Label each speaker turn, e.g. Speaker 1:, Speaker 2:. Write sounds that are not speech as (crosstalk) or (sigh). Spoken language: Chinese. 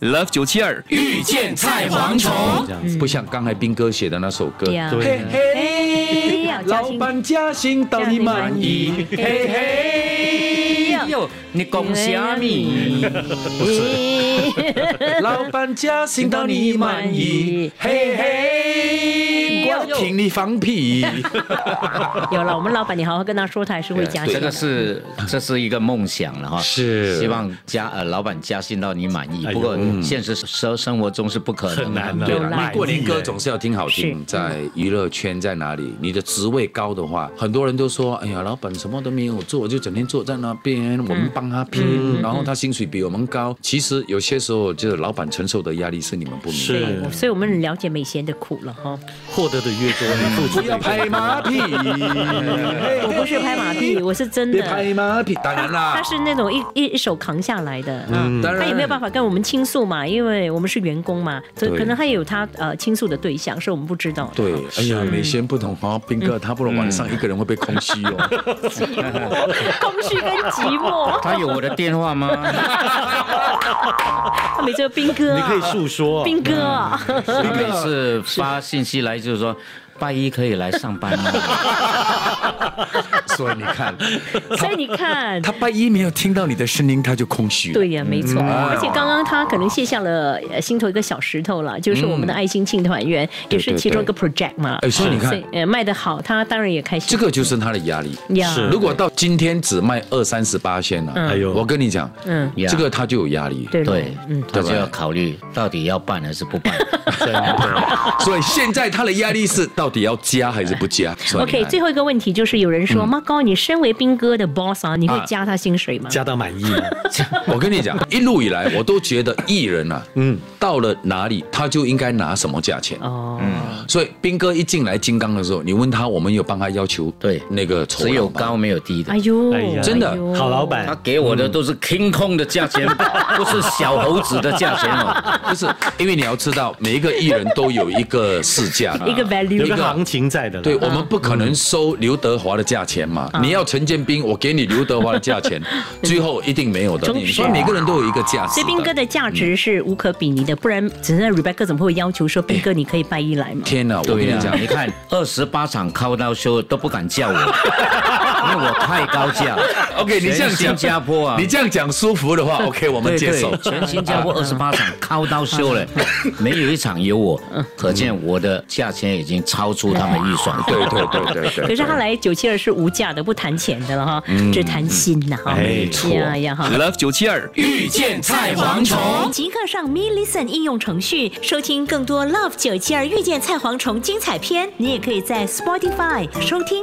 Speaker 1: Love 九七二
Speaker 2: 遇见菜蝗虫。
Speaker 3: 这样子，不像刚才斌哥写的那首歌。
Speaker 4: 对啊
Speaker 3: 嘿
Speaker 4: 嘿
Speaker 3: 嘿
Speaker 4: 要，加
Speaker 3: 老
Speaker 4: 薪
Speaker 3: 板加薪到你满意。
Speaker 4: 嘿
Speaker 3: 嘿嘿，
Speaker 4: 嘿
Speaker 2: 哟，你讲虾米？
Speaker 4: 哎
Speaker 3: 老板加薪到你满意。
Speaker 4: 哎
Speaker 3: 嘿嘿，我挺你放屁。
Speaker 4: (laughs) 有了，我们老板，你好好跟他说，他还是会加薪
Speaker 2: 这
Speaker 4: 的。
Speaker 2: 个是 (laughs) 这是一个梦想了哈，
Speaker 3: 是
Speaker 2: 希望加呃老板加薪到你满意。
Speaker 5: 哎呦
Speaker 2: 不过现实生生活中是不可能
Speaker 5: 很
Speaker 2: 的，
Speaker 5: 难的
Speaker 2: 对
Speaker 4: 有
Speaker 2: 了
Speaker 4: 啦
Speaker 5: 卖力
Speaker 3: 过年歌总是要听好听
Speaker 4: 是，
Speaker 3: 在娱乐圈在哪里，你的职位高的话，很多人都说，哎呀，老板什么都没有做，就整天坐在那边，我们帮他拼，然后他薪水比我们高。其实有些时候，就是老板承受的压力是你们不明白。
Speaker 4: 对，我所以我们了解美贤的苦了哈。
Speaker 5: 获得的越多，你付出
Speaker 3: 不
Speaker 5: 的
Speaker 3: 要
Speaker 5: 越多。
Speaker 3: 拍马
Speaker 4: (laughs)
Speaker 3: 屁，
Speaker 4: 我不是拍马屁，我是真
Speaker 3: 别
Speaker 4: 的。
Speaker 3: 拍马屁，当然啦嗯
Speaker 4: 他，是那种一一一手扛下来的。啊
Speaker 3: 当然
Speaker 4: 他也没有办法跟我们倾诉嘛，因为我们是员工嘛，所以
Speaker 3: 对
Speaker 4: 可能他也有他呃倾诉的对象，是我们不知道的。
Speaker 3: 对，哎呀，美仙不同哦，斌哥，他不能晚上一个人会被空虚哦。
Speaker 4: 寂寞、 (laughs) 空虚跟寂寞。
Speaker 2: 他有我的电话
Speaker 5: (laughs)
Speaker 2: 吗？
Speaker 4: 他每次都兵哥、啊，
Speaker 5: 你可以诉说
Speaker 4: 兵哥、啊，
Speaker 2: 他每次发信息来就是说。拜一可以来上班吗？
Speaker 3: 所以你看，
Speaker 4: (laughs) 所以你看，
Speaker 3: 他拜一没有听到你的声音，他就空虚。
Speaker 4: 对，呀、没错。
Speaker 3: 嗯
Speaker 4: 而且刚
Speaker 3: 哦
Speaker 4: 刚他可能卸下了呃心头一个小石头了，就是我们
Speaker 3: 嗯
Speaker 4: 的爱心庆团圆，也是其中一个 project 嘛。
Speaker 3: 哎，所以你
Speaker 4: 所
Speaker 3: 看
Speaker 4: 以，呃卖得好，他当然也开心。
Speaker 3: 这个就是他的压力。
Speaker 4: 呀，
Speaker 5: 是
Speaker 3: 如果到今天只卖二三十八仙了，哎
Speaker 5: 哎
Speaker 3: 呦，
Speaker 5: 呦
Speaker 3: 我跟你讲，
Speaker 4: 嗯，
Speaker 2: 呀
Speaker 3: 这个他就有压力。
Speaker 4: 对了
Speaker 2: (laughs) 对，嗯他就要考虑到底要办还是不
Speaker 5: (laughs)
Speaker 2: 办。
Speaker 5: 真的，
Speaker 3: 所以现在他的压力是到底要加还是不加所以你
Speaker 4: (laughs) OK，
Speaker 3: 看
Speaker 4: 最后一个问题就是有人说，妈高，你身为兵哥的 boss 啊，你会
Speaker 3: 嗯啊
Speaker 4: 加他薪水吗？
Speaker 5: 加到满意吗？
Speaker 3: 我跟你
Speaker 4: (laughs)
Speaker 3: 讲，一路以来我都觉得艺人啊，嗯，到了哪里他就应该拿什么价钱。
Speaker 4: 哦，
Speaker 3: 所以斌哥一进来金刚的时候，你问他，我们有帮他要求
Speaker 2: 对
Speaker 3: 那个酬劳
Speaker 2: 只有
Speaker 3: 吗 (laughs)
Speaker 2: 高没有低的
Speaker 4: 哎。呦
Speaker 5: 哎呀，
Speaker 3: 真的
Speaker 4: 哎呦
Speaker 5: 好老
Speaker 2: 他
Speaker 5: 板，
Speaker 2: 给我的都是 king 空的价钱，
Speaker 5: (laughs)
Speaker 2: 不是小猴子的价钱哦。
Speaker 3: 不是，因为你要知道，每一个艺人都有一个市价啊的，
Speaker 4: (laughs) 一个 value
Speaker 5: 有个行情在的啦。
Speaker 3: 对，我们不可能收刘德华的价钱嘛。你要陈建斌，我给你刘德华的价钱， (laughs) 最后一定没有的。
Speaker 4: 忠
Speaker 3: 你
Speaker 4: 实
Speaker 3: 所以每个人都有一个价值
Speaker 4: 所以斌哥
Speaker 3: 的。
Speaker 4: 的价值是无可比拟的，不然只剩 Rebecca 怎么会要求说斌哥你可以拜一来嘛？
Speaker 3: 哎天哪，我跟
Speaker 2: 对啊呀、
Speaker 3: 你讲，
Speaker 2: 你 (laughs) 看二十八场 call 到修都不敢 (laughs) 叫我，因为我太高价了。
Speaker 3: OK，你这样
Speaker 2: 全
Speaker 3: 讲
Speaker 2: 新加坡啊，
Speaker 3: 你这样讲舒服的话，OK，我们
Speaker 2: 对
Speaker 3: 接受
Speaker 2: 对，。全新加坡二十八场 call 到修 (laughs) 了，没有一场有我，可见我的价钱已经超出他们预算。
Speaker 3: 对对对对对。
Speaker 4: 可是他来九七二是无价的，不谈钱的了哈，
Speaker 3: 嗯
Speaker 4: 只谈心呐哈。
Speaker 5: 没
Speaker 4: 错呀呀哈。
Speaker 1: Love 九七二
Speaker 2: 遇见菜蝗虫，
Speaker 4: 即刻上 Me Listen 应用程序收听更多 Love 九七二遇见菜蝗虫精彩片。你也可以在 Spotify 收听。